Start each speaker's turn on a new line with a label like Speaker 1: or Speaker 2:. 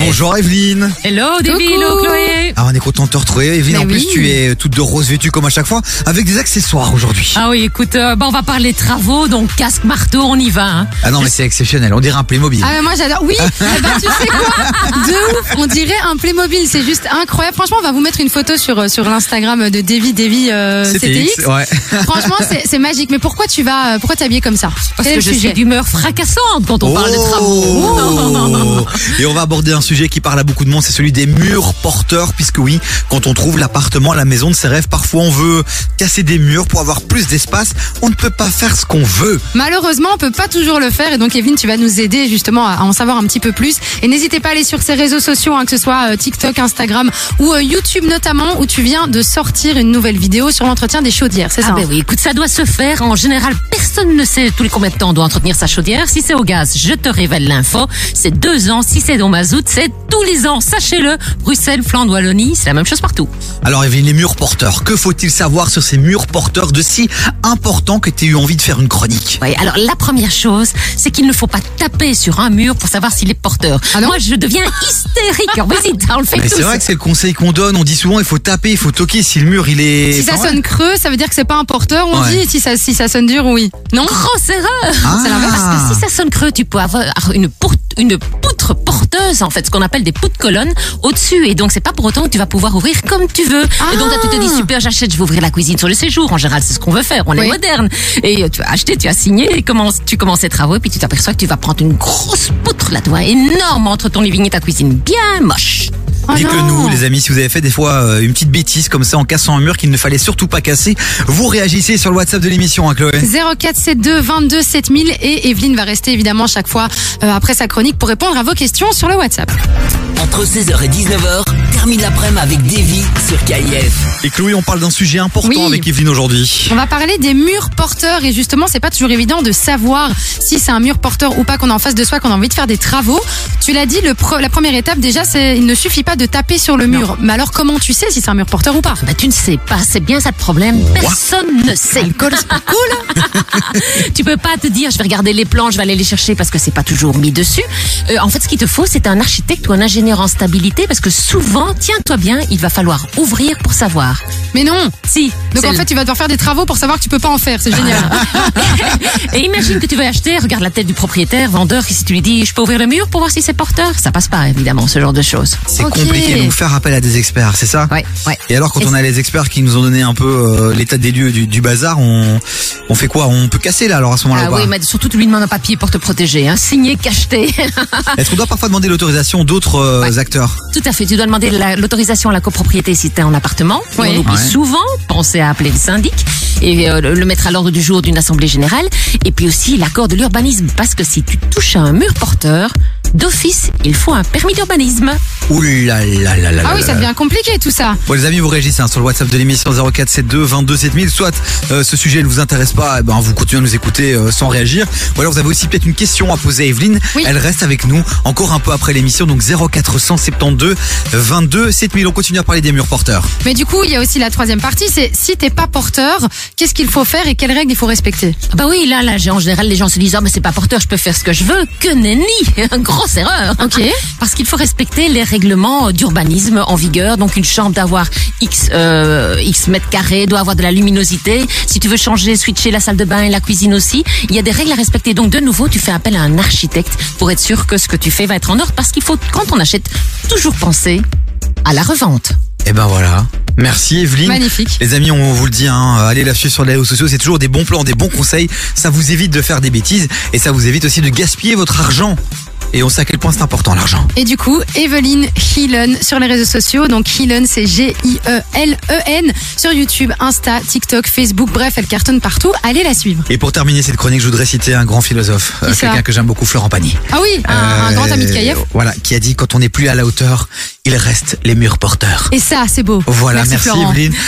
Speaker 1: Bonjour Evelyne.
Speaker 2: Hello David,
Speaker 3: Coucou.
Speaker 2: hello Chloé.
Speaker 1: Ah, on est content de te retrouver. Evelyne,
Speaker 3: Mais
Speaker 1: en plus,
Speaker 3: oui.
Speaker 1: tu es euh, toute de rose vêtue comme à chaque fois, avec des accessoires aujourd'hui. Ah,
Speaker 2: Ah oui, écoute, euh, bah, on va parler travaux, donc casque, marteau, on y va. hein.
Speaker 1: Ah non, mais c'est exceptionnel. On dirait un Playmobil.
Speaker 3: Ah mais moi j'adore. Oui, eh ben, tu sais quoi De ouf, on dirait un Playmobil, c'est juste incroyable. Franchement, on va vous mettre une photo sur euh, sur l'Instagram de Davy Davy euh, CTX.
Speaker 1: Ouais.
Speaker 3: Franchement, c'est c'est magique. Mais pourquoi tu vas euh, pourquoi t'es habillé comme ça
Speaker 2: Parce
Speaker 3: Quel est
Speaker 2: que
Speaker 3: le
Speaker 2: je
Speaker 3: sujet
Speaker 2: suis d'humeur fracassante quand on parle de travaux.
Speaker 1: Oh. Et on va aborder un sujet qui parle à beaucoup de monde, c'est celui des murs porteurs, puisque oui, quand on trouve l'appartement, la maison de ses rêves, parfois on veut casser des murs pour avoir plus d'espace. On ne peut pas faire ce qu'on veut.
Speaker 3: Malheureusement, on peut pas toujours le faire et donc Evelyne, tu vas nous aider justement à à en savoir un petit peu plus. Et n'hésitez pas à aller sur ses réseaux sociaux, hein, que ce soit euh, TikTok, Instagram ou euh, YouTube notamment, où tu viens de sortir une nouvelle vidéo sur l'entretien des chaudières. C'est ça
Speaker 2: Ah
Speaker 3: hein
Speaker 2: ben oui, écoute, ça doit se faire. En général, personne ne sait tous les combien de temps on doit entretenir sa chaudière. Si c'est au gaz, je te révèle l'info. C'est deux ans. Si c'est dans mazout, c'est tous les ans. Sachez-le, Bruxelles, Flandre, Wallonie, c'est la même chose partout.
Speaker 1: Alors Evelyne, les murs porteurs, que faut-il savoir sur ces murs porteurs de si important que tu aies eu envie de faire une chronique
Speaker 2: Oui, alors la première chose, c'est qu'il ne faut pas taper sur un mur pour savoir s'il est porteur.
Speaker 3: Ah non
Speaker 2: Moi, je deviens hystérique. Alors, vas-y, on le fait
Speaker 1: Mais
Speaker 2: tous.
Speaker 1: c'est vrai que c'est le conseil qu'on donne. On dit souvent, il faut taper, il faut toquer. Si le mur, il est.
Speaker 3: Si ça
Speaker 1: Enfin, ouais.
Speaker 3: sonne creux, ça veut dire que c'est pas un porteur, on
Speaker 1: Ouais.
Speaker 3: dit. Et Si ça, si ça sonne dur, oui. Non
Speaker 2: Grosse erreur
Speaker 1: Ah.
Speaker 2: C'est l'inverse. Parce que si ça sonne creux, tu peux avoir une, pour- une poutre porteuse, en fait, ce qu'on appelle des poutres colonnes au-dessus. Et donc, c'est pas pour autant que tu vas pouvoir ouvrir comme tu veux. Et donc, là, tu te dis, super, j'achète, je vais ouvrir la cuisine sur le séjour. En général, c'est ce qu'on veut faire. On
Speaker 3: Ah. Oui.
Speaker 2: est moderne. Et euh, tu as acheté, tu as signé, et commence- tu commences tes travaux, et puis tu t'aperçois que tu vas prendre une grosse poutre là-dedans, énorme, entre ton living et ta cuisine. Bien moche.
Speaker 3: Oh
Speaker 1: Dites le
Speaker 3: non.
Speaker 1: nous, les amis, si vous avez fait des fois euh, une petite bêtise comme ça en cassant un mur qu'il ne fallait surtout pas casser, vous réagissez sur le WhatsApp de l'émission, hein, Chloé.
Speaker 3: 0472 22 7000 et Evelyne va rester évidemment chaque fois euh, après sa chronique pour répondre à vos questions sur le WhatsApp.
Speaker 4: Entre 16h et 19h, termine l'après-midi avec Davy sur KIF.
Speaker 1: Et Chloé, on parle d'un sujet important
Speaker 3: Oui.
Speaker 1: avec Evelyne aujourd'hui.
Speaker 3: On va parler des murs porteurs et justement c'est pas toujours évident de savoir si c'est un mur porteur ou pas qu'on a en face de soi qu'on a envie de faire des travaux. Tu l'as dit, le pre- la première étape déjà c'est il ne suffit pas de taper sur le mur. Mais alors comment tu sais si c'est un mur porteur ou pas
Speaker 2: Bah, tu ne sais pas, c'est bien ça le problème. Personne ne sait. tu peux pas te dire, je vais regarder les plans, je vais aller les chercher parce que c'est pas toujours mis dessus. Euh, en fait, ce qu'il te faut, c'est un architecte ou un ingénieur en stabilité parce que souvent, tiens-toi bien, il va falloir ouvrir pour savoir.
Speaker 3: Mais non.
Speaker 2: Si.
Speaker 3: Donc
Speaker 2: c'est
Speaker 3: en
Speaker 2: le-
Speaker 3: fait tu vas devoir faire des travaux pour savoir que tu peux pas en faire, c'est génial.
Speaker 2: Et imagine que tu veux acheter, regarde la tête du propriétaire, vendeur, et si tu lui dis, je peux ouvrir le mur pour voir si c'est porteur, ça passe pas, évidemment, ce genre de choses.
Speaker 1: C'est
Speaker 3: Ok.
Speaker 1: compliqué, donc faire appel à des experts, c'est ça
Speaker 2: Ouais, ouais.
Speaker 1: Et alors quand
Speaker 2: Et
Speaker 1: on a les experts qui nous ont donné un peu euh, l'état des lieux du, du bazar, on, on fait quoi On peut casser là alors à ce moment-là
Speaker 2: Ah
Speaker 1: ou pas
Speaker 2: oui, mais surtout, tu lui demandes un papier pour te protéger, hein. signé, cacheté.
Speaker 1: Est-ce qu'on doit parfois demander l'autorisation d'autres euh, acteurs
Speaker 2: Tout à fait. Tu dois demander la- l'autorisation à la copropriété si tu es en appartement.
Speaker 3: Oui.
Speaker 2: On oublie
Speaker 1: Ouais.
Speaker 2: souvent. Pensez à appeler le syndic et euh, le le mettre à l'ordre du jour d'une assemblée générale. Et puis aussi l'accord de l'urbanisme. Parce que si tu touches à un mur porteur, d'office, il faut un permis d'urbanisme.
Speaker 1: Ouh là là là là
Speaker 3: ah
Speaker 1: là
Speaker 3: oui ça
Speaker 1: là.
Speaker 3: devient compliqué tout ça.
Speaker 1: Bon les amis, vous réagissez hein, sur le WhatsApp de l'émission 0472 22 7000. Soit euh, ce sujet ne vous intéresse pas, eh ben, vous continuez à nous écouter euh, sans réagir. Ou alors vous avez aussi peut-être une question à poser à Evelyne.
Speaker 3: Oui.
Speaker 1: Elle reste avec nous encore un peu après l'émission. Donc 0472 22 7000. On continue à parler des murs porteurs.
Speaker 3: Mais du coup, il y a aussi la troisième partie, c'est si t'es pas porteur, qu'est-ce qu'il faut faire et quelles règles il faut respecter
Speaker 2: Ah Bah oui, là, là, j'ai- en général, les gens se disent, ah, mais c'est pas porteur, je peux faire ce que je veux. Que nenni! Grosse erreur!
Speaker 3: Ok.
Speaker 2: Parce qu'il faut respecter les règlements euh, d'urbanisme en vigueur. Donc, une chambre doit avoir X, euh, X mètres carrés, doit avoir de la luminosité. Si tu veux changer, switcher la salle de bain et la cuisine aussi, il y a des règles à respecter. Donc, de nouveau, tu fais appel à un architecte pour être sûr que ce que tu fais va être en ordre. Parce qu'il faut, quand on achète, toujours penser à la revente.
Speaker 1: Et ben voilà. Merci Evelyne.
Speaker 3: Magnifique.
Speaker 1: Les amis, on vous le dit, hein, allez la suivre sur les réseaux sociaux, c'est toujours des bons plans, des bons conseils. Ça vous évite de faire des bêtises et ça vous évite aussi de gaspiller votre argent. Et on sait à quel point c'est important l'argent.
Speaker 3: Et du coup, Evelyne Hillen sur les réseaux sociaux. Donc Hillen, c'est E G-I-E-L-E-N sur YouTube, Insta, TikTok, Facebook. Bref, elle cartonne partout. Allez la suivre.
Speaker 1: Et pour terminer cette chronique, je voudrais citer un grand philosophe, euh,
Speaker 3: ça
Speaker 1: quelqu'un que j'aime beaucoup, Florent Pagny.
Speaker 3: Ah oui, un, un
Speaker 1: Euh,
Speaker 3: grand ami de Kayev.
Speaker 1: Voilà, qui a dit quand on n'est plus à la hauteur, il reste les murs porteurs.
Speaker 3: Et ça, c'est beau.
Speaker 1: Voilà, merci,
Speaker 3: Florent.
Speaker 1: Evelyne.